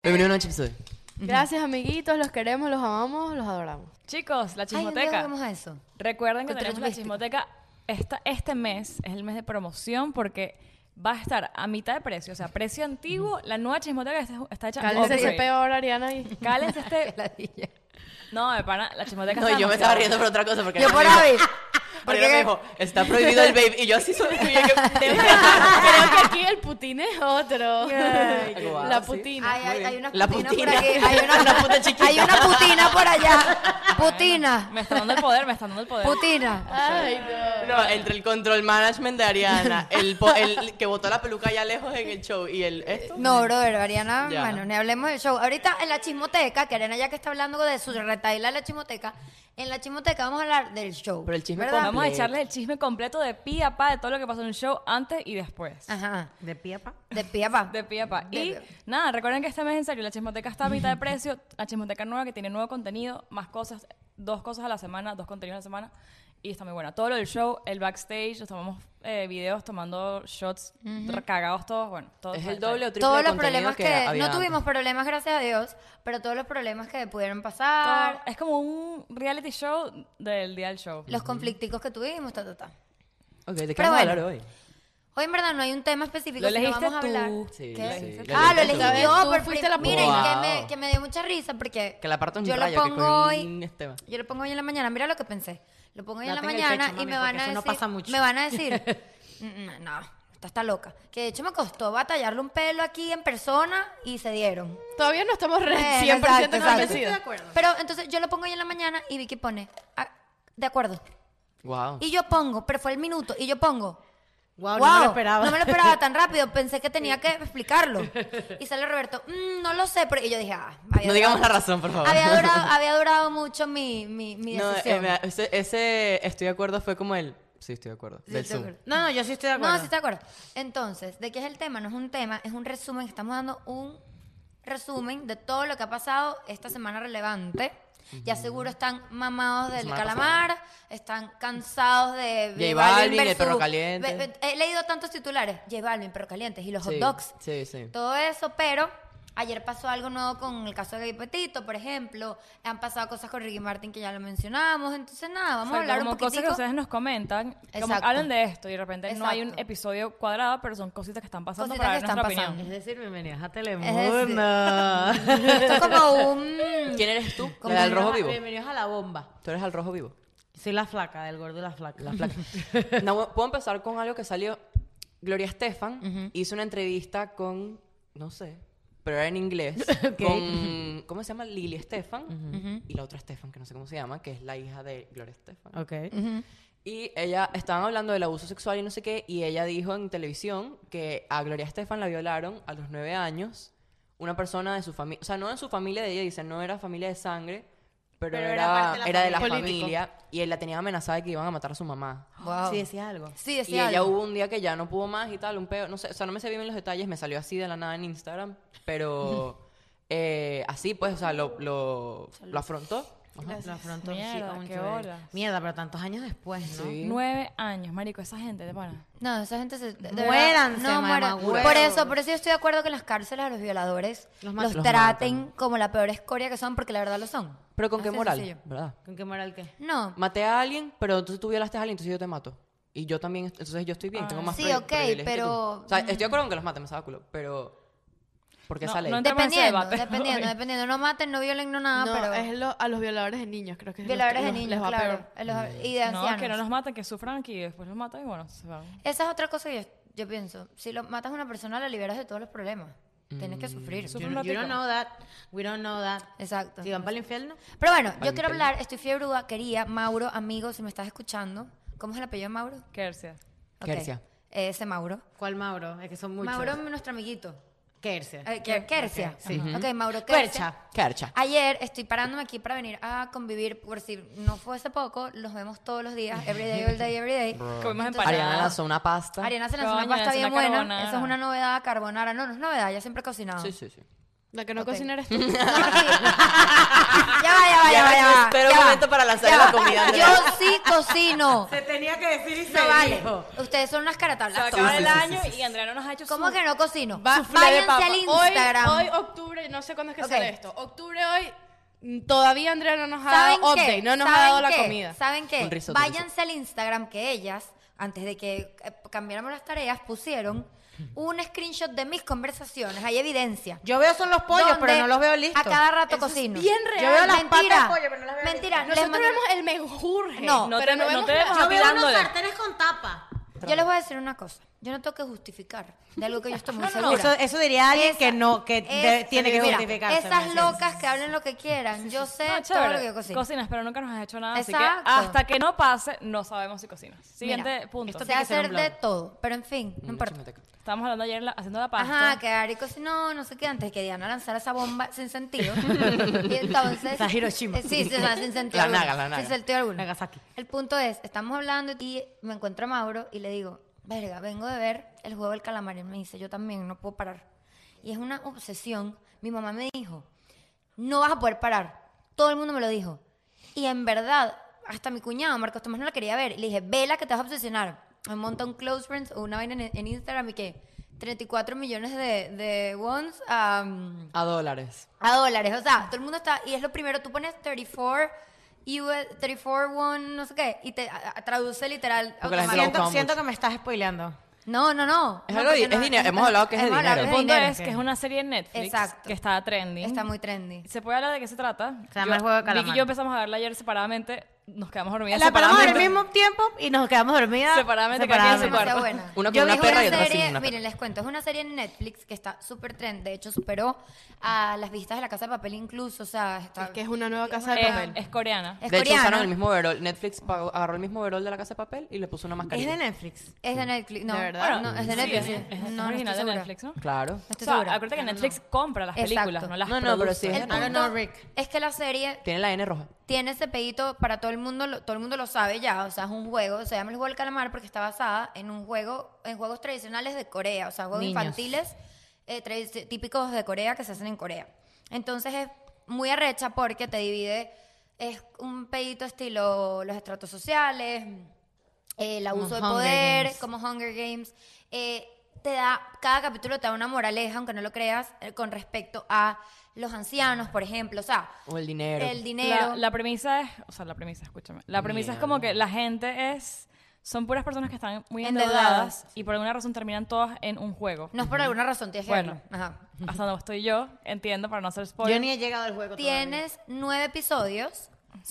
Bienvenido a un nuevo episodio. Gracias, amiguitos. Los queremos, los amamos, los adoramos. Chicos, la Ay, un día chismoteca. volvemos a eso. Recuerden que Cultura tenemos la turística. chismoteca esta, este mes, es el mes de promoción porque va a estar a mitad de precio, o sea, precio antiguo, la nueva chismoteca está, está hecha Cálense ese upgrade. peo ahora, Ariana. Y... Cálense este. Ladilla. No, de pana, la chismoteca No, está yo me estaba demasiado- riendo por otra cosa porque Yo por Ariana me Avi. dijo- Ariana me dijo, está prohibido el baby y yo "Ah". así soy Te que digo, Creo que aquí el putín es otro. guau, la sí. putina. Hay, hay, hay unas La putinas putina. por aquí. Hay una, Una puta chiquita. Hay una putina por allá. Putina. Me está dando el poder, me está dando el poder. Putina. Ay, no. No, entre el control management de Ariana, el, po- el que botó la peluca allá lejos en el show y el esto. Eh, No, brother, Ariana, Ya. bueno, ni hablemos del show. Ahorita en la chismoteca, que Ariana ya que está hablando de su retaila en la chismoteca, en la chismoteca vamos a hablar del show. Pero el chisme ¿verdad? completo. Vamos a echarles el chisme completo de pi a pa de todo lo que pasó en un show antes y después. Ajá, ¿De pie a pa? de pie a pa. De pi a pa. De- Y de- nada, recuerden que este mes en serio la chismoteca está a mitad de precio. La chismoteca nueva que tiene nuevo contenido, más cosas, dos cosas a la semana, dos contenidos a la semana. Y está muy buena. Todo lo del show, el backstage, nos tomamos eh, videos tomando shots r- cagados todos. Bueno, todo Es está el detrás. doble o triple todos de los contenido problemas que, había no antes. tuvimos problemas gracias a Dios, pero todos los problemas que pudieron pasar, Todo- es como un reality show del día del show. los conflicticos que tuvimos, ta ta ta. Ok, ¿de qué Pero vamos a bueno. hablar hoy? Hoy en verdad no hay un tema específico, Lo sino elegiste vamos a hablar. tú. Sí, ¿Qué? sí, lo ah, lo elegiste elegí tú. yo, Tú pero fuiste la miren, que, primera. me, que me dio mucha risa porque Que la parto un yo lo rayo, que pongo cogió un hoy, Esteban. yo lo pongo hoy en la mañana, mira lo que pensé. Lo pongo hoy en la Date en el mañana pecho, y mami, me van porque a eso decir, no pasa mucho. me van a decir, "Mm, no, esta está loca. Que de hecho me costó batallarle un pelo aquí en persona y se dieron. Todavía no estamos re Bueno, 100% exacto, exacto. convencidos. Pero entonces yo lo pongo hoy en la mañana y Vicky pone, "Ah, de acuerdo. Wow. Y yo pongo, pero fue el minuto, y yo pongo. Guau, no me lo "Guau, esperaba". no me lo esperaba tan rápido, pensé que tenía que explicarlo. Y sale Roberto, "Mm, no lo sé, pero. Y yo dije, ah, había No digamos la razón, por favor. Había durado, había durado mucho mi, mi, mi No, eh, decisión. me- ese, ese estoy de acuerdo fue como el. Sí, estoy de acuerdo. Sí, del estoy de Zoom. acuerdo. No, no, yo sí estoy de acuerdo. No, sí, estoy de acuerdo. Entonces, ¿de qué es el tema? No es un tema, es un resumen. Estamos dando un resumen de todo lo que ha pasado esta semana relevante. Ya seguro están mamados del semana calamar, están cansados de... de J Balvin, el perro caliente. Ve- ve- He leído tantos titulares, J Balvin, perro calientes y los Sí, hot dogs. Sí, sí. Todo eso, pero ayer pasó algo nuevo con el caso de Gay Petito, por ejemplo. Han pasado cosas con Ricky Martin que ya lo mencionamos. Entonces, nada, vamos a Exacto, hablar un como cosas que poquitico. ustedes nos comentan, como Exacto. hablan de esto y de repente no hay un Exacto. episodio cuadrado, pero son cositas que están pasando Cositas para que dar nuestra están opinión. pasando. Es decir, bienvenidas a Es Telemundo. Esto es como Mm. un... ¿Quién eres tú? Como La del rojo Bienvenidos a- vivo. Bienvenidos a la bomba. Tú eres al rojo vivo. Soy la flaca, del gordo y la flaca. La flaca. No, bueno, puedo empezar con algo que salió. Gloria Estefan hizo una entrevista con, no sé, pero era en inglés, con, ¿cómo se llama? Lily Estefan y la otra Estefan, que no sé cómo se llama, que es la hija de Gloria Estefan. Ok. Y ella, estaban hablando del abuso sexual y no sé qué, y ella dijo en televisión que a Gloria Estefan la violaron a los nueve años una persona de su familia, o sea, no de su familia de ella, dice, no era familia de sangre, pero, Pero era, era era, parte de la de la familia. familia, y él la tenía amenazada de que iban a matar a su mamá. Wow. Sí, decía algo. Sí, Y decía ella algo. hubo un día que ya no pudo más y tal, un peo, no sé, o sea, no me sé bien los detalles, me salió así de la nada en Instagram, pero eh, así pues, o sea, lo, lo, lo afrontó. Ajá. La afrontó Mierda, qué bolas. Mierda, pero tantos años después, ¿no? Sí. Nueve años, marico, esa gente de pana. No, esa gente se... de- de Muéranse, verdad, no, mueran. mamahuevos. Por eso, por eso yo estoy de acuerdo que en las cárceles a los violadores Los los, matan. Los traten matan. como la peor escoria que son, porque la verdad lo son. Pero Ah, con qué Así de moral, sencillo. ¿verdad? ¿Con qué moral qué? No. maté a alguien, pero entonces tú violaste a alguien, entonces yo te mato. Y yo también, entonces yo estoy bien, tengo más Ah, Sí, pri- ok, privilegios que tú. pero- mm. O sea, estoy de acuerdo en que los maten, me sabe a culo, pero... ¿Por qué No, sale? no entremos en ese Dependiendo, debate. dependiendo, dependiendo. No maten, no violen, no nada, No, pero... es lo- a los violadores de niños, creo que es los- Violadores de los- niños, les va claro. peor. a los- y de ancianos. No, que no los matan, que sufran aquí y después los matan y bueno, se van. Esa es otra cosa que yo, yo pienso. Si lo matas a una persona, la liberas de todos los problemas. Tienes que sufrir. Sufre You, un you ratico. don't know that. We don't know that. Exacto. Si van para el infierno. Pero bueno, Ay, yo quiero perdón. hablar, estoy fiebruda, quería, Mauro, amigo, si me estás escuchando. ¿Cómo es el apellido de Mauro? Kersia. Ok. Kersia. Ese Mauro. ¿Cuál Mauro? Es que son muchos. Mauro, nuestro amiguito. Kersia. Eh, Ker- Kersia. sí. Ajá. Ok, Mauro Kersia. Kercha. Carcha. Ayer estoy parándome aquí para venir a convivir, por si no fuese poco, los vemos todos los días, every day, all day, every day. Comimos Ariana empanadas. lanzó una pasta. Ariana se lanzó Coño, una pasta es bien una buena. carbonara. Eso es una novedad, carbonara. No, no es novedad, ya siempre he cocinado. Sí, sí, sí. La que no Ok. cocina eres tú. No, sí. ya va, ya va, ya Ya, va, ya yo va. espero ya un va. momento para lanzar Ya la va. comida, de Yo verdad. sí cocino. Se tenía que decir y se No vale. dijo. Ustedes son unas Ah, Se va a caratablas. acabar todas. el año y Andrea no nos ha hecho ¿Cómo su- que no cocino? Va- Váyanse al Hoy- Instagram. Hoy, oh, octubre, no sé cuándo es que Ok. sale esto. Octubre hoy, mm, todavía Andrea no nos ha ¿Saben dado qué? update, no nos ha ¿Saben dado la qué? comida. ¿Saben qué? Un risotto, Váyanse al Instagram que ellas, antes de que eh, cambiáramos las tareas, pusieron un screenshot de mis conversaciones. Hay evidencia. Yo veo son los pollos, pero Donde no los veo listos. A cada rato Eso es cocino. bien real. Yo veo las patas Mentira. de pollo, pero no las veo Mentira. les Nosotros mando- vemos el mejorje. No, no pero te- no no vemos te la- vemos. Yo veo unos tirándole. sartenes con tapa. Yo les voy a decir una cosa. Yo no tengo que justificar de algo que yo estoy muy No, no, no. segura. Eso, eso diría alguien Esa- que no, que de- es- tiene que mira, justificarse. Esas ¿no? locas que hablen lo que quieran. Yo sé No, todo chévere. lo que yo cocino. Cocinas, pero nunca nos has hecho nada. Así Exacto. que hasta que no pase, no sabemos si cocinas. Siguiente Mira, punto. Sé tiene que ser un hacer de blog. todo. Pero en fin, no importa. Estábamos hablando ayer la- haciendo la pasta. Ajá, que Ari cocinó, no sé qué, antes que Diana lanzara esa bomba sin sentido. y entonces. La Hiroshima. Eh, Sí, sí, o sea, sin sentido. La alguno, naga, la naga. Sin sentido alguno. Nagasaki. El punto es, estamos hablando y me encuentro a Mauro y le digo, verga, vengo de ver el juego del calamar. Y él me dice, yo también, no puedo parar. Y es una obsesión. Mi mamá me dijo, no vas a poder parar. Todo el mundo me lo dijo. Y en verdad, hasta mi cuñado, Marcos Tomás, no la quería ver. Y Le dije, vela que te vas a obsesionar. Me monta un close friends o una vaina en, en Instagram y que 34 millones de, de wons a... A dólares. A dólares, o sea, todo el mundo está, y es lo primero, tú pones 34, US, 34, one, no sé qué, y te a- a- traduce literal. Porque la gente lo buscaba automáticamente. Siento, mucho. siento que me estás spoileando. No, no, no. Es No, algo di- porque es dinero, hemos hablado que es de hemos hablado dinero. El que es punto dinero. es que es una serie en Netflix Exacto. que está trending. Está muy trendy. ¿Se puede hablar de qué se trata? Se llama El Juego de Vicky Calamar. y yo empezamos a verla ayer separadamente. Nos quedamos dormidas La paramos al separadamente. mismo tiempo y nos quedamos dormidas. Separadamente, cada quien en su separadamente. cuarto. demasiado buena. Una con Yo una vi perra y otra sin serie- una perra. Miren, les cuento, es una serie en Netflix que está súper trend, de hecho superó a las vistas de La Casa de Papel incluso, o sea, está... Es que es una nueva Em, casa de Es- papel. Es coreana. Es de hecho, coreana. usaron el mismo overol. Netflix pagó- agarró el mismo overol de la casa de papel y le puso una Es mascarilla. de Netflix. Es de Netflix, no. ¿De verdad? No, es de Sí, es- Netflix. es- es no, no original de estoy segura. Netflix, ¿no? Claro. No O estoy sea, segura. acuérdate que Netflix compra las Exacto. películas, no las No, no, pero produce. sí es de- El I don't punto know, Rick. es que la serie Tiene la N roja. tiene ese pedito para todo el mundo, lo- todo el mundo lo sabe ya, o sea, es un juego, se llama el juego del calamar porque está basada en un juego, en juegos tradicionales de Corea, o sea, juegos Niños. infantiles eh, tradici- típicos de Corea que se hacen en Corea. Entonces es muy arrecha porque te divide, es un pedito estilo los estratos sociales, eh, el abuso de Hunger poder, Games. como Hunger Games, eh, te da, cada capítulo te da una moraleja, aunque no lo creas, eh, con respecto a los ancianos, por ejemplo, o sea, O el dinero. el dinero. La, la premisa es, o sea, la premisa, escúchame. La premisa es como que la gente es, son puras personas que están muy endeudadas, Endeudadas. y por alguna razón terminan todas en un juego. No es por alguna razón, tienes que Bueno. verlo. Ajá. Hasta donde estoy yo, entiendo, para no hacer spoiler. Yo ni he llegado al juego Tienes nueve episodios.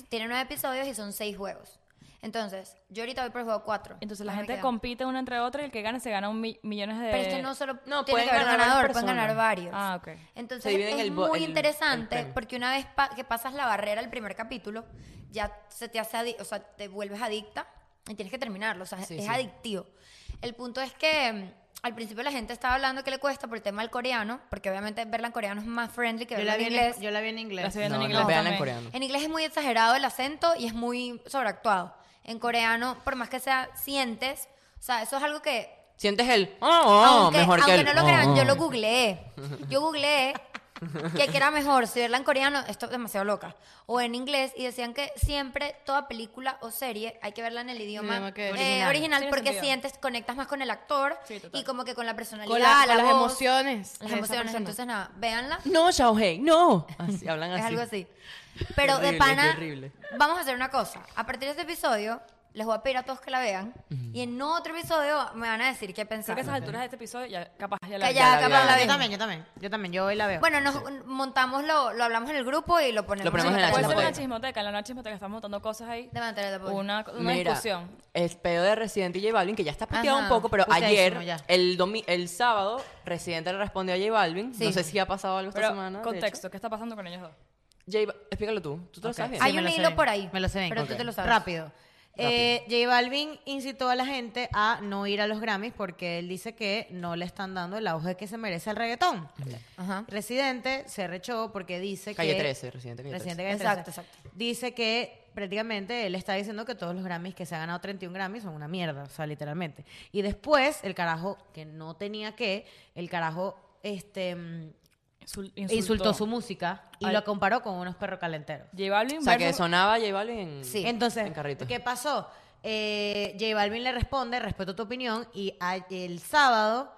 Tiene nueve episodios y son seis juegos. Entonces, yo ahorita voy por el juego cuatro. Entonces la Ahora Ah, me gente queda. compite una entre otra y el que gane se gana un mi- millones de... Pero es que no solo No, tiene pueden que haber un ganar varias ganador, pueden personas. ganar varios. Ah, ok. Se Entonces dividen es el bo- muy el- el interesante premio. porque una vez pa- que pasas la barrera del primer capítulo, ya se te hace, adi- o sea, te vuelves adicta y tienes que terminarlo, o sea, Sí, es sí. adictivo. El punto es que mm, al principio la gente estaba hablando que le cuesta por el tema del coreano, porque obviamente verla en coreano es más friendly que Yo verla la, en vi inglés. en, yo la vi en inglés. La estoy viendo No, en no, inglés veanla en también. coreano. En inglés es muy exagerado el acento y es muy sobreactuado. En coreano, por más que sea, sientes. O sea, eso es algo que. Sientes el. Oh, oh, aunque mejor que aunque el. no lo crean, oh, yo oh. lo googleé. Yo googleé que, que era mejor si verla en coreano, esto es demasiado loca. O en inglés, y decían que siempre toda película o serie hay que verla en el idioma idioma que- eh, Original. original, Tiene porque sentido. sientes, conectas más con el actor Sí, total. y como que con la personalidad, Con la- la con las voz, emociones Las de esa emociones. persona. Entonces, nada, véanla. No, Xiaohei, no. Así, hablan así. Es algo así. Pero Horrible, de pana, qué horrible. vamos a hacer una cosa. A partir de este episodio, les voy a pedir a todos que la vean. Y en otro episodio me van a decir Creo qué pensaron. que a esas alturas de este episodio ya capaz ya Que la... ya, la capaz vi. la Yo ven. también, yo también. Yo también, yo hoy la veo. Bueno, nos montamos, lo, lo hablamos en el grupo y lo ponemos, Lo ponemos en la tarea Puede de ser en la chismoteca. chismoteca, en la nueva chismoteca estamos montando cosas ahí. De manera de apoyo. Una, una Mira, discusión. El pedo de Residente y J Balvin, que ya está puteado Ajá, un poco, pero puteadísimo ayer, ya. el, domi- el sábado, Residente le respondió a J Balvin. No Sí. sé si ha pasado algo esta Pero, semana. de contexto, ¿qué está pasando con ellos dos? hecho. J Ba- explícalo tú. Tú te lo Ok. sabes bien. Hay me un lo sé hilo bien. por ahí, Me lo sé bien. pero tú Ok. te lo sabes. Rápido. Eh, J Balvin incitó a la gente a no ir a los Grammys porque él dice que no le están dando el auge que se merece al reggaetón. Ajá. Residente se rechó porque dice Calle que... 13, Residente Calle 13. Residente Calle Exacto, 13. Dice que prácticamente él está diciendo que todos los Grammys que se han ganado 31 Grammys son una mierda, o sea, literalmente. Y después, el carajo que no tenía que, el carajo, este... mm, Insul- Insultó, su música y Al- lo comparó con unos perros calenteros. J Balvin O sea, que versus- sonaba J Balvin en, Sí. Entonces, en carrito. ¿qué pasó? Eh, J Balvin le responde, respeto tu opinión, y a- el sábado...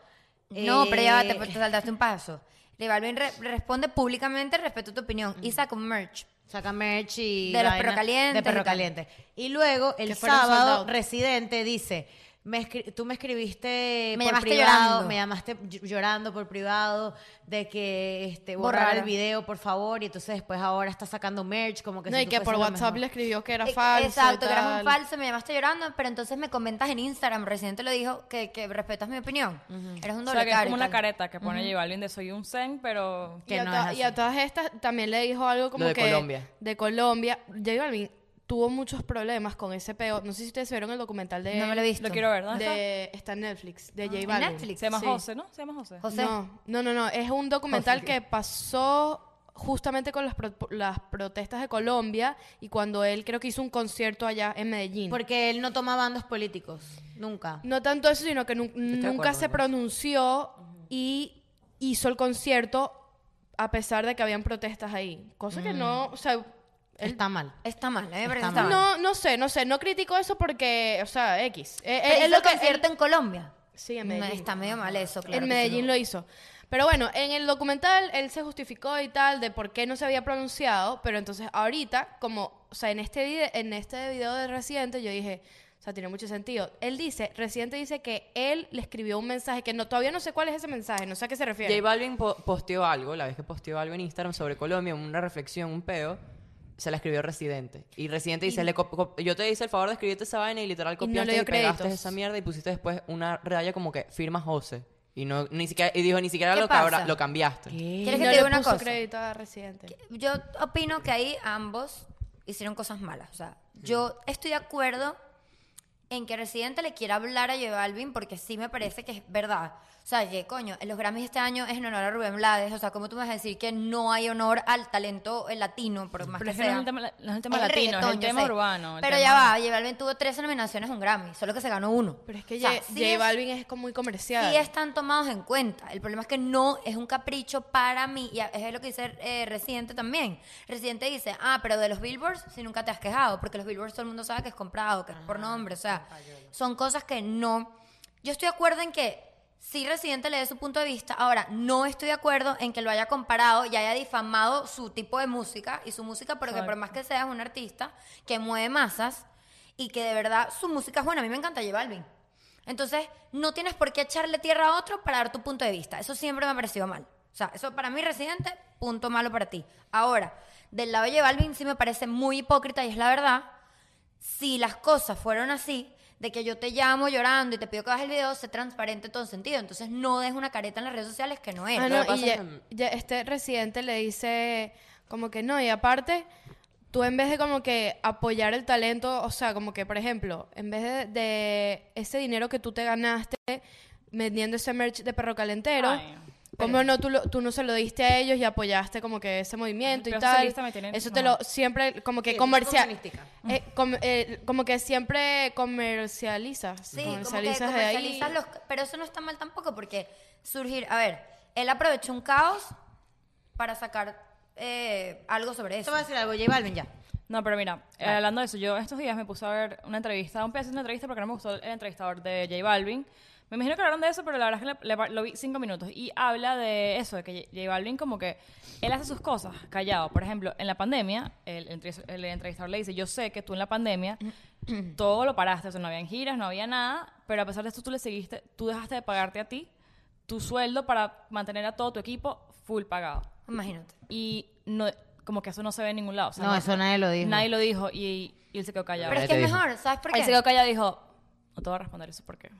No, pero ya va, te, te eh, saltaste un paso. Le Balvin re- responde públicamente, respeto tu opinión, y saca un merch. Saca merch y... De los vaina- perrocalientes De y perro tal. caliente. Y luego, el Que fueron sold sábado, out. Residente dice... "Me escri- tú me escribiste Me por llamaste privado, llorando". me llamaste ll- llorando por privado de que este borrar el Borrara. video, por favor, y entonces después ahora está sacando merch como que No, si y tú que por fueses la WhatsApp mejor. le escribió que era E- falso. y Exacto, que eras tal. un falso, me llamaste llorando, pero entonces me comentas en Instagram, reciente lo dijo, que, que respetas mi opinión. Eres un O doble sea, que es cara y como una tal. careta que pone J Balvin de soy un zen, pero... que y, a no ta- es así. y a todas estas también le dijo algo como Lo de que Colombia. de Colombia J Balvin tuvo muchos problemas con ese peo no sé si ustedes vieron el documental de No me lo he visto. Lo quiero ver, ¿no? de está Ah, en Netflix de J ¿En Balvin Netflix? Se llama Sí. José, ¿no? Se llama José. José. No, no, no, no. Es un documental que pasó justamente con las, pro- las protestas de Colombia y cuando él creo que hizo un concierto allá en Medellín. Porque él no toma bandos políticos, nunca. No tanto eso, sino que nu- de nunca acuerdo se con eso. pronunció y hizo el concierto a pesar de que habían protestas ahí. Cosa que no, Mm. o sea, él- Está mal. Está mal, a mí me parece Está que está mal. mal. no, no sé, no sé, no critico eso porque, o sea, X. Eh, eh, Pero es hizo lo que concierto en Colombia. Sí, en No, Medellín. está medio mal eso, claro. que en sí. Medellín lo hizo. Pero bueno, en el documental él se justificó y tal de por qué no se había pronunciado, pero entonces ahorita, como, o sea, en este video, en este video de Residente, yo dije, o sea, tiene mucho sentido. Él dice, Residente dice que él le escribió un mensaje, que no, todavía no sé cuál es ese mensaje, no sé a qué se refiere. J Balvin po- posteó algo, la vez que posteó algo en Instagram sobre Colombia, una reflexión, un peo, se la escribió Residente. Y Residente dice, "Le co- co- yo te hice el favor de escribirte esa vaina y literal no le copiaste y, dio pegaste créditos. esa mierda y pusiste después una raya como que firma José. Y no, ni siquiera, y dijo, ni siquiera ¿Qué lo, cabra- pasa? lo cambiaste. ¿Quieres No le que te diga una puso cosa? crédito a Residente. Yo opino que ahí ambos hicieron cosas malas. O sea, yo estoy de acuerdo en que Residente le quiera hablar a J Balvin porque sí me parece que es verdad. O sea, que coño, los Grammys este año es en honor a Rubén Blades. O sea, ¿cómo tú me vas a decir que no hay honor al talento eh, latino, por más Pero que es que sea? no es el tema- no es el tema Es latino, es el reggaetón, yo tema sé. urbano, el Pero tema- ya va, J Balvin tuvo tres nominaciones a un Grammy, solo que se ganó uno. Pero es que O sea, J, sí J es- Balvin es como muy comercial. sí están tomados en cuenta. El problema es que no es un capricho para mí. Y a- es lo que dice eh, Residente también. Residente dice, ah, pero de los billboards si nunca te has quejado, porque los billboards todo el mundo sabe que es comprado, que es Ah, por nombre. O sea, son cosas que no... Yo estoy de acuerdo en que sí Residente le dé su punto de vista. Ahora, no estoy de acuerdo en que lo haya comparado y haya difamado su tipo de música y su música, porque por más que seas un artista que mueve masas y que de verdad su música es buena. A mí me encanta J Balvin. Entonces, no tienes por qué echarle tierra a otro para dar tu punto de vista. Eso siempre me ha parecido mal. O sea, eso para mí, residente, punto malo para ti. Ahora, del lado de J Balvin sí me parece muy hipócrita y es la verdad. Si las cosas fueron así, de que yo te llamo llorando y te pido que hagas el video, sé transparente en todo sentido. Entonces, no des una careta en las redes sociales que no es. Ah, Lo no, que pasa y es ya- que- ya este residente le dice como que no, y aparte, tú en vez de como que apoyar el talento, o sea, como que, por ejemplo, en vez de, de ese dinero que tú te ganaste vendiendo ese merch de perro calentero, Ay, como no tú, lo- tú no se lo diste a ellos y apoyaste como que ese movimiento Ay, y pero tal? socialista me tienen- Eso te no. lo siempre como que Sí, comercial comunística. eh, com- eh, como que siempre comercializas, Sí, como que comercializas de ahí. comercializas los... Pero eso no está mal tampoco porque surgir... A ver, él aprovechó un caos para sacar eh, algo sobre eso. Esto va a decir algo, J Balvin ya. No, pero mira, eh, hablando de eso, yo estos días me puse a ver una entrevista, un pedazo de una entrevista porque no me gustó el entrevistador de J Balvin. Me imagino que hablaron de eso, pero la verdad es que le- le- lo vi cinco minutos. Y habla de eso, de que J Balvin como que él hace sus cosas callado. Por ejemplo, en la pandemia, el, entre- el entrevistador le dice, yo sé que tú en la pandemia todo lo paraste, o sea, no habían giras, no había nada, pero a pesar de esto tú le seguiste, tú dejaste de pagarte a ti tu sueldo para mantener a todo tu equipo full pagado. Imagínate. Y no, como que eso no se ve en ningún lado. o sea, No, eso nadie lo dijo. Nadie lo dijo y, y él se quedó callado. Pero Ahí es que te es dijo. mejor, ¿sabes por qué? Él se quedó callado y dijo, no te voy a responder eso porque...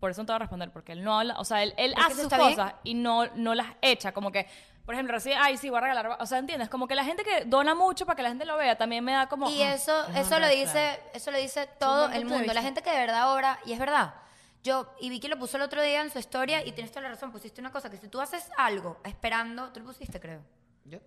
Por eso no te voy a responder, porque él no habla, o sea, él, él Porque hace eso sus está bien. cosas y no, no las echa, como que, por ejemplo, recién, ay, sí, voy a regalar, o sea, ¿entiendes? Como que la gente que dona mucho para que la gente lo vea, también me da como... Y mm. eso, eso lo dice, eso lo dice todo el mundo. La gente que de verdad ahora, y es verdad. Yo, y Vicky lo puso el otro día en su historia y tienes toda la razón, pusiste una cosa, que si tú haces algo esperando, tú lo pusiste, creo. Yo,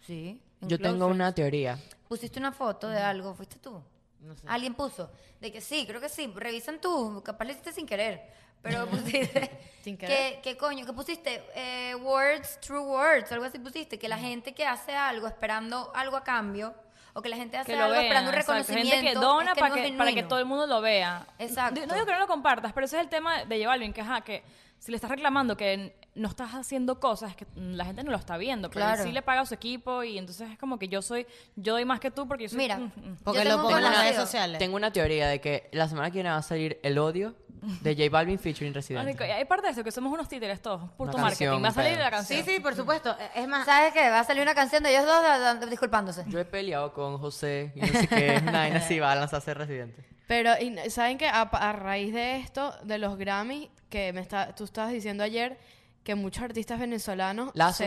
Sí. tengo una teoría. Pusiste una foto de algo, fuiste tú. No sé. Alguien puso de que sí, creo que sí, revisan tú, capaz lo hiciste sin querer, pero pusiste Sin querer. Que, que coño, que pusiste eh, words, true words, algo así pusiste, que la gente que hace algo esperando algo a cambio, o que la gente hace que lo algo vean. esperando un exacto. reconocimiento, Gente que dona es que para, no es que, para que genuino. todo el mundo lo vea. Exacto. De- No digo que no lo compartas, pero ese es el tema de llevarlo en que, ajá, que si le estás reclamando que n- no estás haciendo cosas que mm, la gente no lo está viendo, pero él Claro. sí le paga a su equipo y entonces es como que yo soy, yo doy más que tú porque yo soy... Mira, mm, mm. Porque yo lo tengo un pongo en las redes conocido. sociales. Tengo una teoría de que la semana que viene va a salir El Odio de J Balvin featuring Marico, Residente. Hay parte de eso, que somos unos títeres todos, puro Una canción, marketing. Va a salir pero- la Sí, canción. sí, por supuesto. Es más, ¿Sabes qué? Va a salir una canción de ellos dos da- da- disculpándose. Yo he peleado con José y no sé qué, nada, así va a lanzarse Residente. Pero, y n- ¿saben que a, pa- a raíz de esto, de los Grammys, que me está, tú estabas diciendo ayer, que muchos artistas venezolanos... Lazo.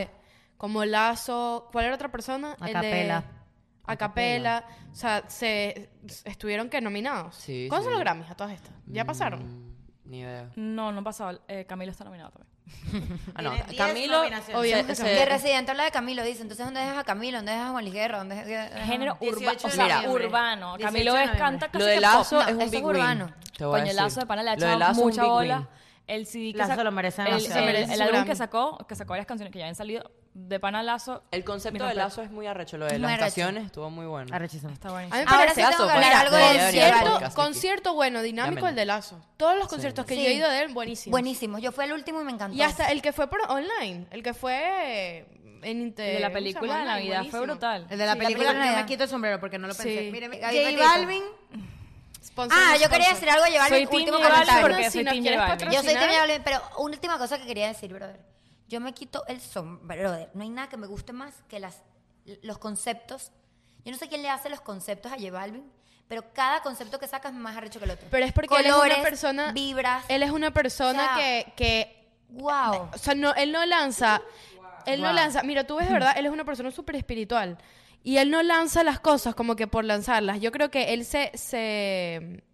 como Lazo... ¿Cuál era otra persona? El de- Acapela. Acapela. O sea, se, s- estuvieron que nominados. Sí, ¿Cuándo son sí. Mm. los Grammys a todas estas? ¿Ya pasaron? Ni idea. No, no pasaba. Eh, Camilo está nominado también. Ah, no, Tiene diez Camilo. nominaciones. obvio, Obvio, se- Y el residente habla de Camilo, dice, entonces ¿dónde dejas a Camilo? ¿Dónde dejas a Juan Liguerra? ¿Dónde dejas a- Género 18 urba- de o sea, noviembre. urbano. 18 Camilo de es noviembre. canta casi Lo de que Lazo pop. No, es un eso es big urbano. win. Te voy a Coño, decir. Lazo de pana le ha Lo de echado Lazo es un mucha big bola. win. El CD que Lazo sacó- lo merece el- demasiado. el- merece el su álbum Grammy. que sacó, que sacó varias canciones que ya habían salido, de pana Lazo. El concepto de Lazo es muy arrecho. Lo de Muy las arrecho. estaciones estuvo muy bueno. arrechísimo. Está buenísimo. A mí me Ahora parece... sí tengo Lazo, que hablar pues, algo debería de haber J Balvin. algo. Concierto, concierto bueno, dinámico Llámenlo. el de Lazo. Todos los conciertos que Sí. yo he ido de él, buenísimos. Buenísimo. Yo fui al último y me encantó. Y hasta el que fue por online, el que fue eh, en inter... El de la ¿cómo se película llama? de Online, Navidad fue buenísimo. brutal. El de la Sí, la película, película yo me ya. quito el sombrero porque no lo Sí. pensé. Míreme, Gaby J Petito. Balvin, Ah, Sponsor, Ah, yo sponsor. quería decir algo, llevar Soy el team último J Balvin comentario. porque Si soy nos Team quieres J Balvin. patrocinar, Yo soy Team J Balvin, pero una última cosa que quería decir, brother. Yo me quito el sombrero, brother. No hay nada que me guste más que las, los conceptos. Yo no sé quién le hace los conceptos a J Balvin, pero cada concepto que sacas es más arrecho que el otro. Pero es porque él es Colores, una persona. vibras. Él es una persona O sea, que, que. Wow. O sea, no, él no lanza. Él no Wow. lanza. Mira, tú ves de verdad, él es una persona súper espiritual. Y él no lanza las cosas como que por lanzarlas. Yo creo que él se. se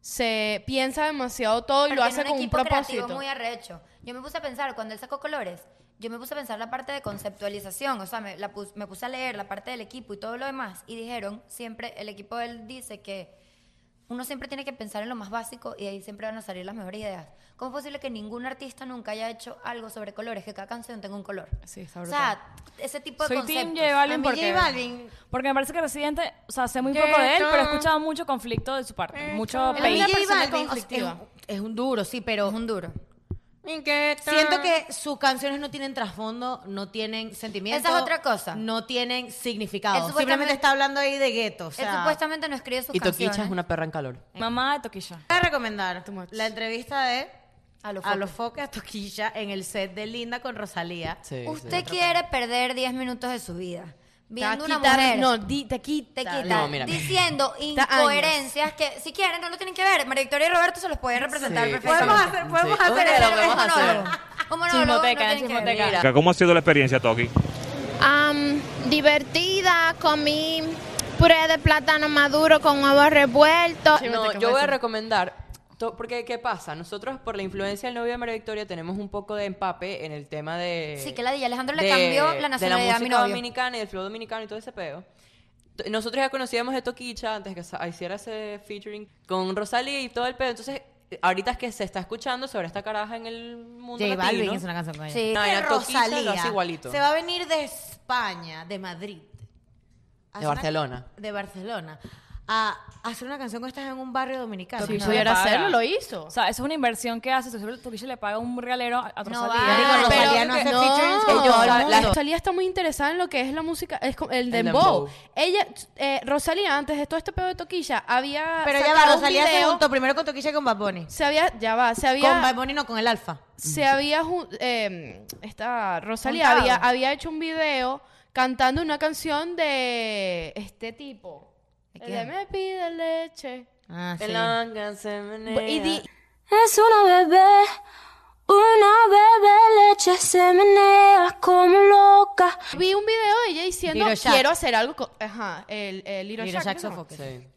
se piensa demasiado todo y lo hace con un propósito. muy arrecho. Yo me puse a pensar, cuando él sacó colores, yo me puse a pensar la parte de conceptualización, o sea, me, la pus- me puse a leer la parte del equipo y todo lo demás, y dijeron, siempre, el equipo de él dice que uno siempre tiene que pensar en lo más básico y de ahí siempre van a salir las mejores ideas. ¿Cómo es posible que ningún artista nunca haya hecho algo sobre colores, que cada canción tenga un color? Sí, está o brutal. sea, ese tipo de Soy conceptos. Team J Balvin A mí porque, J Balvin. porque me parece que Residente, o sea, sé muy J poco de él, pero he Balvin. escuchado mucho conflicto de su parte. Mucho Él es Para mí peine. una persona Balvin, o sea, es, conflictiva. un- es un duro, sí, pero Es un duro. siento que sus canciones no tienen trasfondo, no tienen sentimiento. Esa es otra cosa. No tienen Él significado. supuestamente- Simplemente está hablando ahí de gueto. O él sea, supuestamente no escribe sus Y canciones. Toquicha es una perra en calor. Mamá de Toquilla. Voy a recomendar Too much. la entrevista de A los A focos. los Foques, a Toquilla, en el set de Linda con Rosalía. Sí, Usted sí. quiere perder 10 minutos de su vida viendo Te va a una quitar- mujer. No, di- te quita. te quita No, mira. diciendo Da años. incoherencias que si quieren no lo tienen que ver. María Victoria y Roberto se los pueden representar Sí, perfectamente. Podemos hacer- podemos Sí, hacer un día lo eso, podemos Un monólogo. hacer. Un monólogo, Chismoteca, no tienen que ver. chismoteca. Mira. ¿Cómo ha sido la experiencia, Toki? Am, divertida, comí puré de plátano maduro con huevos revueltos. Sí, No, Fíjate que yo fue voy a así. recomendar. to- Porque, ¿qué pasa? Nosotros, por la influencia del novio de María Victoria, tenemos un poco de empape en el tema de. Sí, que la di, Alejandro le de- cambió de la nacionalidad a mi música novio. dominicana y del flow dominicano y todo ese peo. T- Nosotros ya conocíamos de Toquicha antes que sa- hiciera ese featuring con Rosalía y todo el peo. Entonces, ahorita es que se está escuchando sobre esta caraja en el mundo. J Balvin latino. es una canción con ella. Sí. No, era Que Toquilla, lo Rosalía hace igualito. Se va a venir de España, de Madrid. Ah, a hacer una- Barcelona. de Barcelona. A hacer una canción con estas en un barrio dominicano. Si No pudiera le paga. hacerlo, lo hizo. O sea, eso es una inversión que hace. seguro Toquilla le paga un realero a a No Rosalía. va. Marico, Ah, Rosalía pero no hace no. featurings con todo el La- mundo. la Rosalía está muy interesada en lo que es la música, es co- el dembow. dembow. Ella, eh, Rosalía, antes de todo este pedo de toquilla, había Pero ya sacado va, un Rosalía se video- juntó primero con Toquilla y con Bad Bunny. se había, ya va, se Con Bad había, Bunny no, con el Alfa. se había, jun- eh, esta Rosalía Juntado. había, había hecho un video cantando una canción de este tipo. ¿De El de quién? me pide leche. Ah, sí. Y di- Es una bebé, una bebé leche se menea como loca. vi un video de ella diciendo, Little Shaq. quiero hacer algo con, ajá, el, el Little Little Shaq, Shaq ¿no? Suffoc. Sí.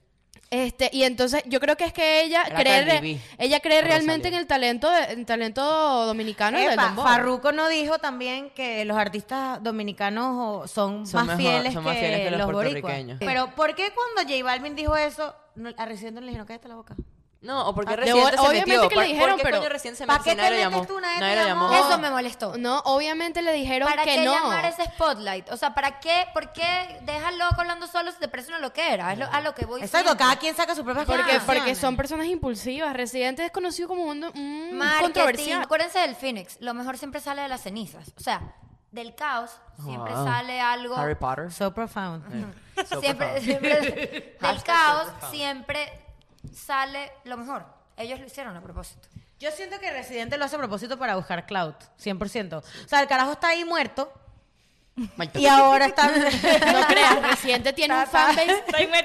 Este, y entonces yo creo que es que ella Era cree, Cardi re- B, ella cree Rosalía. realmente en el talento, de- en el talento Ah, dominicano del Epa, dembow. Farruko no dijo también que los artistas dominicanos o- son, Son más, mejor- fieles son más que fieles que los los, puertorriqueños. boricuas. Pero ¿por qué cuando J Balvin dijo eso, no, a Residente le dijeron cállate la boca? No, o porque Ah, recién de- se obviamente metió. que le ¿Por- dijeron, ¿por qué pero- coño recién se ¿Pa' metió? qué te Nadie lo llamó. metes tú? Nadie Nadie te lo llamó. llamó. Eso me molestó. No, obviamente le dijeron ¿Para que qué no. llamar ese spotlight? O sea, ¿para qué? ¿Por qué dejas al loco hablando solo si te parece una loquera? Es lo- a lo que Pues voy Exacto, siempre. cada quien saca su propia Porque, Ah. porque son personas impulsivas. Residente es conocido como un, un Marketing. Mm, controversial. Acuérdense del Phoenix. Lo mejor siempre sale de las cenizas. O sea, del caos siempre Wow. sale algo. Harry Potter. So profound. So siempre, profound. siempre- del Hashtag caos superfan. siempre sale lo mejor. Ellos lo hicieron a propósito. Yo siento que Residente lo hace a propósito para buscar clout, 100%. O sea, el carajo está ahí muerto Maldito. y ahora está... No creas, Residente tiene un fanbase.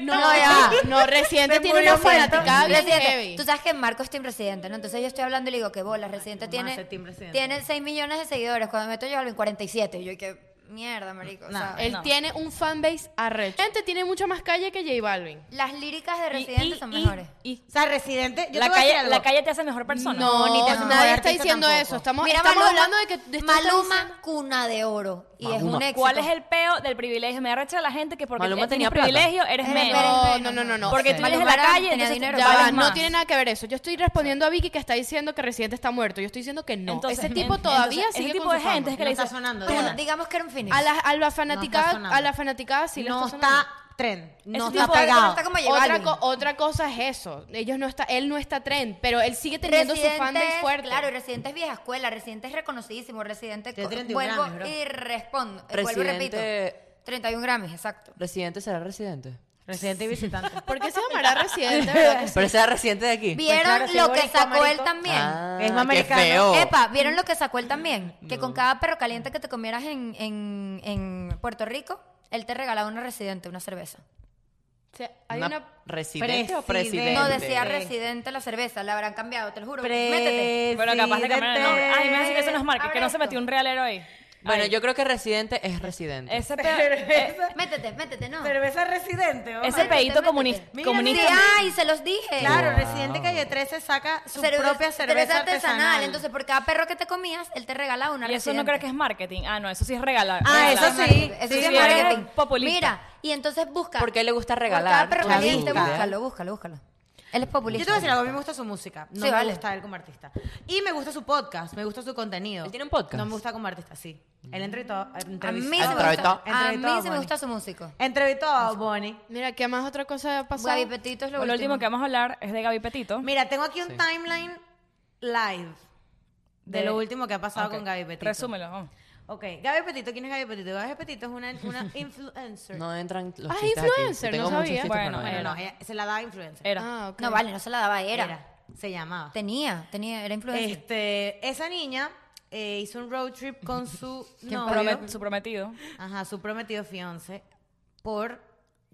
No, No, ya. no, Residente Se tiene murió una muerto. fanaticada bien Residente, heavy. Tú sabes que Marco es Team Residente, ¿no? Entonces yo estoy hablando y le digo que bolas, Residente tiene, hace Team Residente. tiene 6 millones de seguidores. Cuando meto yo en 47. Y yo, que mierda, marico. o Nah, sea, Él No. tiene un fanbase arrecho. Gente tiene mucho más calle que J Balvin. las líricas de Y- Residente y- son y- mejores. y- O sea, Residente... yo te la, voy a decir calle, algo. la calle te hace mejor persona. No, ni te hace mejor nadie está artista diciendo tampoco. eso. Estamos, Mira, estamos Maluma, hablando de que de esto Maluma, estamos- cuna de oro. Y es Maluma. un éxito. ¿Cuál es el peo del privilegio? Me arrecha la gente que porque Maluma tienes tenía plata. privilegio eres Eres menos. menos. No, no, no, no, no. Porque Sí. tú eres de Maluma la Brown calle, tenía entonces dinero. ya Ya va, vales no más. tiene nada que ver eso. Yo estoy respondiendo a Vicky que está diciendo que Residente está muerto. Yo estoy diciendo que no. Entonces, ese tipo en- todavía entonces, sigue ese tipo con de su fama. gente es que No le está dice sonando. Bueno, Diana. digamos que era un finish. A la, a la No está fanaticada, sonando. a la fanaticada sí le no está sonando. está tren, no Ese está tipo de- pegado. está como J Otra, Balvin. co- otra cosa es eso. Ellos no está, él no está tren, pero él sigue teniendo Residente su fanbase es- fuerte. Claro, y Residente es vieja escuela, Residente es reconocidísimo, Residente... Tiene co- 31 vuelvo Grammys, bro. y respondo, eh, vuelvo y repito. Residente- 31 Grammys, exacto. ¿Residente será residente? Residente y visitante. ¿Por qué se llamará Residente? verdad que sí? Pero será residente de aquí. ¿Vieron claro, sí, lo que boricua, sacó marico. él también? Ah, Es más qué americano. feo. Epa, ¿vieron lo que sacó él también? Que con cada perro caliente que te comieras en, en, en Puerto Rico, él te regalaba una residente, una cerveza. O sea, hay Una- una- ¿Residente o Presidente. presidente? No decía Sí. residente la cerveza, la habrán cambiado, te lo juro. Métete. Presidente. Bueno, capaz de cambiar el nombre. Ay, me hace que eso no es marca, que no se Abre metió un realero ahí. Bueno, Ay, yo creo que residente es residente. Ese peo, eh, Métete, métete, no. Cerveza residente. oh. ese métete. peito comunista. Mira, Sí, comunista. ay, se los dije. Claro, Residente Calle 13 saca su Cerve- propia cerveza artesanal. Entonces, por cada perro que te comías, él te regalaba una Y eso no Residente. creo que es marketing. Ah, no, eso sí es regalar. Ah, regalar. eso sí. Eso sí, sí, es sí, eres marketing. populista. Mira, y entonces busca. Porque a él le gusta Por regalar. cada perro La caliente, vida. búscalo, búscalo, búscalo. Él es Yo te populista. voy a decir algo, a mí me gusta su música, no Sí, me vale. gusta él como artista. Y me gusta su podcast, me gusta su contenido. ¿Él tiene un podcast? No me gusta como artista, sí. Él entrevistó, A mí sí entrevistó, me gusta. Entrevistado. A entrevistó mí sí me Bonnie. gusta su músico. Entrevistó a Bonnie. Mira, ¿qué más otra cosa ha pasado? Gaby Petito es lo Lo último. último que vamos a hablar es de Gaby Petito. Mira, tengo aquí un timeline live de, De- lo último que ha pasado Ok, con Gaby Petito. Resúmelo, vamos. Ok, Gaby Petito, ¿quién es Gaby Petito? Gaby Petito es una, una influencer. No entran los Ah, chistes aquí. influencer, Yo tengo no muchos sabía. chistes, Bueno, pero no Bueno, entran. no, ella- se la daba influencer. Era. Ah, ok. No vale, no se la daba, era. Se llamaba. Tenía, tenía, era influencer. Este, esa niña eh, hizo un road trip con su novio, Promet- su prometido. ajá, su prometido fiance, por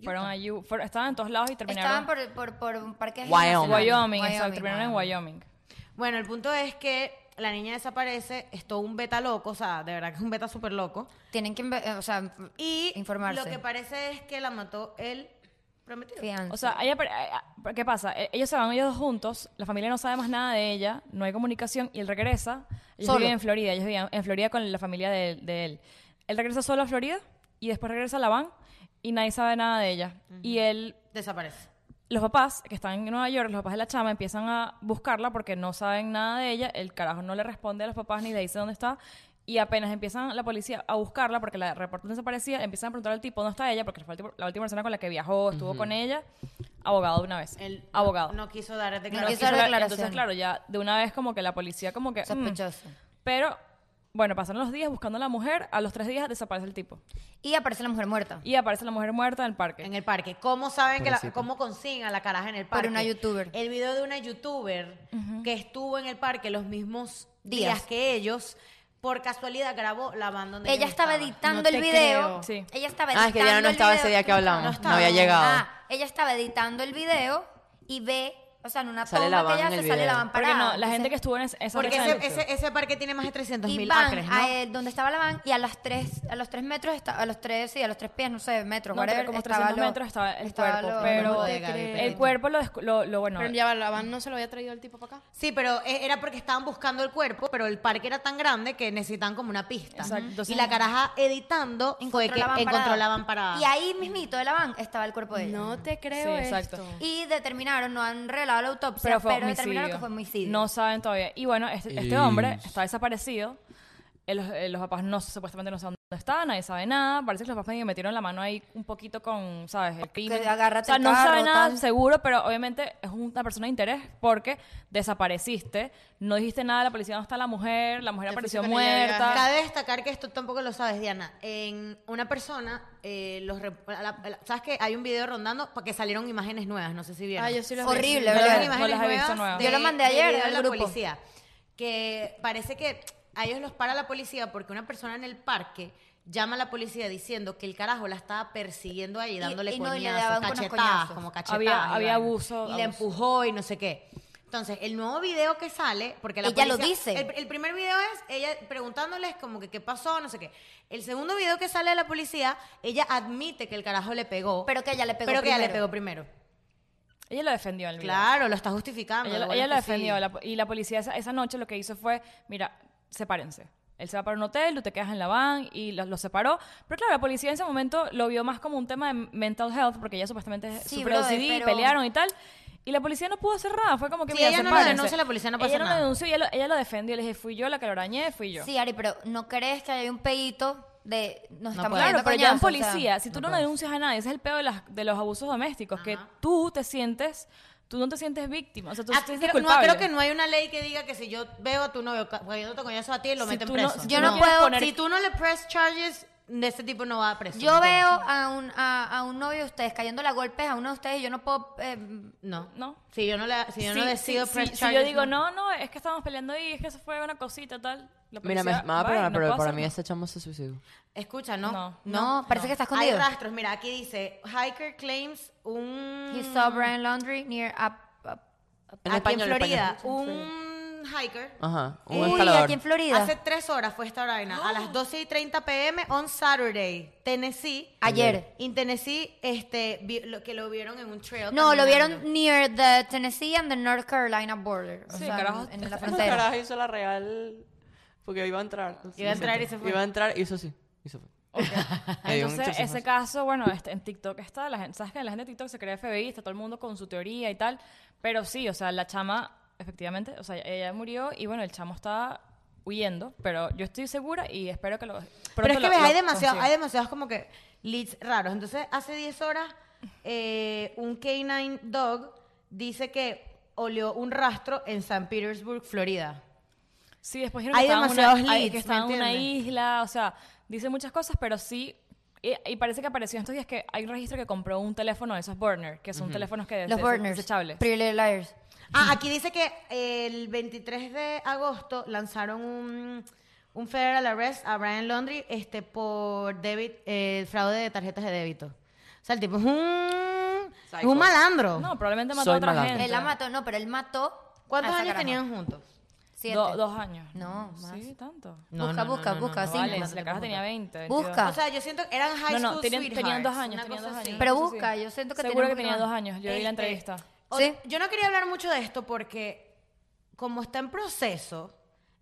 Fueron a U- fueron- estaban en todos lados y terminaron Estaban por, por, por un parque Wyoming. en nacional. Wyoming, exacto, terminaron en Wyoming. Bueno, el punto es que la niña desaparece, es todo un beta loco, o sea, de verdad que es un beta súper loco. Tienen que, inve- eh, o sea, Y informarse. lo que parece es que la mató el prometido. Fianza. O sea, ella, pare- eh, eh, ¿qué pasa? Eh, Ellos se van ellos dos juntos, la familia no sabe más nada de ella, no hay comunicación y él regresa. Ellos Solo. viven en Florida, ellos vivían en Florida con la familia de, de él. Él regresa solo a Florida y después regresa a la van y nadie sabe nada de ella. Y él, Desaparece. los papás que están en Nueva York, los papás de la chama, empiezan a buscarla porque no saben nada de ella. El carajo no le responde a los papás ni le dice dónde está. Y apenas empiezan la policía a buscarla porque la reportan desaparecida, empiezan a preguntar al tipo dónde está ella porque fue el tipo- la última persona con la que viajó, estuvo con ella. Abogado de una vez. El abogado. No quiso dar No declaración. quiso quiso dar hablar. declaración. Entonces, claro, ya de una vez como que la policía como que... mm. Sospechoso. Pero, bueno, pasaron los días buscando a la mujer, a los tres días desaparece el tipo. Y aparece la mujer muerta. Y aparece la mujer muerta en el parque. En el parque. ¿Cómo saben que la- Pobrecita. cómo consiguen a la caraja en el parque? una youtuber. El video de una youtuber que estuvo en el parque los mismos días, Días. que ellos, por casualidad grabó la banda donde Ella estaba editando No el te video. creo. Sí. Ella estaba editando Ah, es que ya no el estaba video. ese día que hablamos. No, estaba. había llegado. Ah, ella estaba editando el video y ve o sea, en una Sale la toma van que en ella el se sale la video. van Porque parada. no, la gente que Entonces, estuvo en es- esa Porque noche ese, en el show. ese, ese parque tiene más de 300 y mil van acres, ¿no? a, eh, donde estaba la van y a los tres a los tres metros está- a los tres sí a los tres pies no sé metros No, whatever, pero como estaba 300 lo- metros estaba el estaba cuerpo, lo- pero lo de el Gaby Eh, el Pérez. cuerpo lo, descu- lo, lo bueno. Pero ya va, la van no se lo había traído el tipo para acá. Sí, pero eh, era porque estaban buscando el cuerpo, pero el parque era tan grande que necesitaban como una pista. Exacto. Entonces- y la caraja editando fue que la van encontró parada. la van parada. y ahí mismito de la van estaba el cuerpo de ella No te creo Sí, exacto. esto. y determinaron no han revelado la autopsia pero pero, fue determinaron homicidio. que fue homicidio No saben todavía. Y bueno, este, este Y- hombre está desaparecido. Eh, los, eh, los papás no, supuestamente no saben dónde está, nadie sabe nada. Parece que los papás medio metieron la mano ahí un poquito con, ¿sabes? El crimen. agárrate o sea, el no carro, sabe nada tal. seguro, pero obviamente es una persona de interés porque desapareciste, no dijiste nada, la policía no está la mujer, la mujer Te apareció fuiste con ella de muerta. viaje. Cabe destacar que esto tampoco lo sabes, Diana. En una persona, eh, los rep- la- la- ¿sabes que Hay un video rondando porque salieron imágenes nuevas, no sé si vieron. Ah, yo sí los Horrible, vi. ¿verdad? Salieron no imágenes las he visto nuevas nuevas. de- Yo lo mandé del ayer video de al la grupo. policía. Que parece que a ellos los para la policía porque una persona en el parque llama a la policía diciendo que el carajo la estaba persiguiendo ahí, dándole y no, y le daban coñazos, unos cachetadas, coñazos. como cachetadas. Había- y había vaina. abuso, Y la abuso. empujó y no sé qué. Entonces, el nuevo video que sale, porque la Ella lo policía- dice. el- el primer video es ella preguntándoles como que qué pasó, no sé qué. El segundo video que sale de la policía, ella admite que el carajo le pegó. Pero que ella le pegó Pero que ella le primero. pegó primero. Ella lo defendió en el video. Claro, lo está justificando. Ella, lo lo- bueno ella es lo que sí. defendió la po- y la policía esa, esa noche lo que hizo fue, mira, sepárense. Él se va para un hotel, tú te quedas en la van y los los separó. Pero claro, la policía en ese momento lo vio más como un tema de mental health porque ella supuestamente Sí, sufre brother, OCD, pero- pelearon y tal. Y la policía no pudo hacer nada, fue como que Si mira, ella no lo sepárense. denuncia, la policía no puede Ella hacer no nada. lo denunció y ella lo, ella lo defendió. Le dije, fui yo la que lo arañé, fui yo. sí Ari pero no crees que hay un pedito de nos estamos puede. cayendo Claro, a pero ya en coñazos? O sea, policía, si tú no, denuncias a nadie, ese es el peor de, las- de los abusos domésticos, que tú te sientes, tú no te sientes víctima, o sea, tú Ah, te sientes creo, no, culpable. creo que no hay una ley que diga que si yo veo a tu novio ca- cayéndote coñazo a ti, lo Si meten tú no- preso. si tú Yo no quieres puedo- poner- Si tú no le press charges, de ese tipo no va a preso. yo ¿me veo entiendes? a un, a, a un novio de ustedes cayéndole a golpes a uno de ustedes y yo no puedo eh, No. No. Si yo no, le, si yo no Sí, decido sí, press sí, Si charges. yo digo, no, no, es que estábamos peleando y es que eso fue una cosita tal. la Mira, me, policía, me va a bye, perdonar, no pero puedo para hacer mí nada. ese chamo se suicidó. Escucha, no. No. no, parece que está Hay escondido rastros. Mira, aquí dice, hiker claims un... he saw Brian Laundry near a- a- En aquí español, en en Florida, español. un hiker... Ajá, un Uy, escalador. aquí en Florida. Hace tres horas fue esta vaina, a las 12 y 30 pm on Saturday, Tennessee. Ayer. En Tennessee, este, vi- lo, que lo vieron en un trail. No, lo caminando. vieron near the Tennessee and the North Carolina border. O Sí, sea, carajo. en, en la Ese frontera. carajo hizo la real porque iba a entrar. Iba a entrar y se fue. Iba a entrar y hizo así. Y se fue. Le dio un Entonces, chachazo. ese caso, bueno, este, en TikTok está, la gente, sabes que la gente de TikTok se cree FBI, está todo el mundo con su teoría y tal, pero sí, o sea, la chama, efectivamente, o sea, ella murió y bueno, el chamo está huyendo, pero yo estoy segura y espero que lo... Pero es que ves, hay, demasiado, hay demasiados como que leads raros. Entonces, hace 10 horas, eh, un K9 dog dice que olió un rastro en San Petersburg, Florida. Sí, después dijeron Hay que estaban en demasiados una, hay- leads, que ¿me estaban en una entiendes? isla, o sea, dice muchas cosas, pero sí. Y, y parece que apareció en estos días que hay un registro que compró un teléfono de esos Burner, que son teléfonos que Los des- burners. desechables. Pretty Little Liars. Ah, aquí dice que el 23 de agosto lanzaron un, un federal arrest a Brian Laundrie este, por debit, eh, fraude de tarjetas de débito. O sea, el tipo es un, es Psycho. un malandro. No, probablemente mató Soy a otra malandro. gente. Él la mató, no, pero él mató. ¿Cuántos a esa años caraja. tenían juntos? Siete. Do- dos años. No, más. Sí, tanto. busca, busca, busca, No sí. vale, si la cara tenía 20. 22. Busca. O sea, yo siento que eran high Ah. No, school no, tenían- sweethearts, tenían dos años, una tenían cosa dos así. años. Pero sí, sí. busca, yo siento que Seguro tenía que un tenía poquito dos más. años, yo vi la Este, entrevista. o- Sí. Yo no quería hablar mucho de esto porque como está en proceso,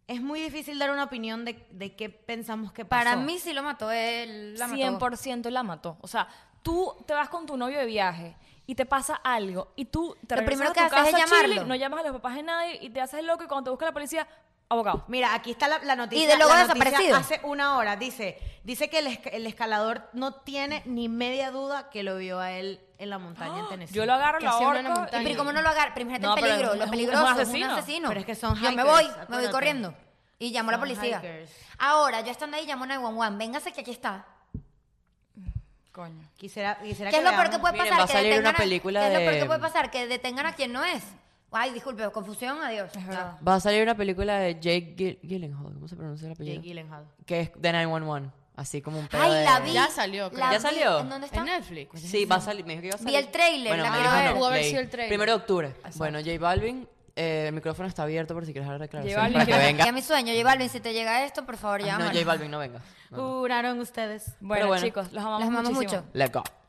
es muy difícil dar una opinión de, de qué pensamos que pasó. Para mí sí lo mató, él la mató. 100% la mató. O sea, tú te vas con tu novio de viaje y te pasa algo y tú te Lo regresas primero a que tu haces es casa a Chile, llamarlo. no llamas a los papás de nadie y te haces loco y cuando te busca la policía, abogado. Mira, aquí está la, la noticia. Y de luego la noticia desaparecido. Hace una hora dice, dice que el, esca- el escalador no tiene ni media duda que lo vio a él en la montaña en Tennessee. Yo lo agarro, Que lo hacía uno en la ahorco. Y pero ¿cómo no lo agarra? Primero está No, en pero peligro, es lo un- peligroso, es un asesino. asesino. Pero es que son Yo me hikers, voy, me voy acuérdate. corriendo. Y llamó a la Son policía. hikers. Ahora, yo estando ahí, llamó a 911. Véngase que aquí está. Coño. Quisiera, quisiera ¿Qué que es lo peor veamos- que puede Miren, pasar? va a que salir una detengan a- película ¿Qué es lo peor de- que puede pasar? Que detengan a quien no es. Ay, disculpe, confusión, adiós. Es verdad. Va a salir una película de Jake Gil- Gyllenhaal. ¿Cómo se pronuncia el apellido? Jake Gyllenhaal. que es de 911. Así como un pedo Ay, la de- vi. Ya salió, creo. la eh, ¿Ya vi. salió? ¿En dónde está? En Netflix. Sí, va a salir. Me dijo que iba a Vi salir. el tráiler, Bueno, la me quiero dijo ver. no, Pudo haber leí. sido el tráiler. Primero de octubre. Bueno, J Balvin, eh, el micrófono está abierto por si quieres dar J declaración. Balvin, Para que que- venga. Ya mi sueño, J Balvin, si te llega esto, por favor, Ay, no, llámanos. J Balvin, no venga. No, no. Juraron ustedes. Bueno, bueno. chicos, los amamos, Los amamos muchísimo. mucho. Let's go.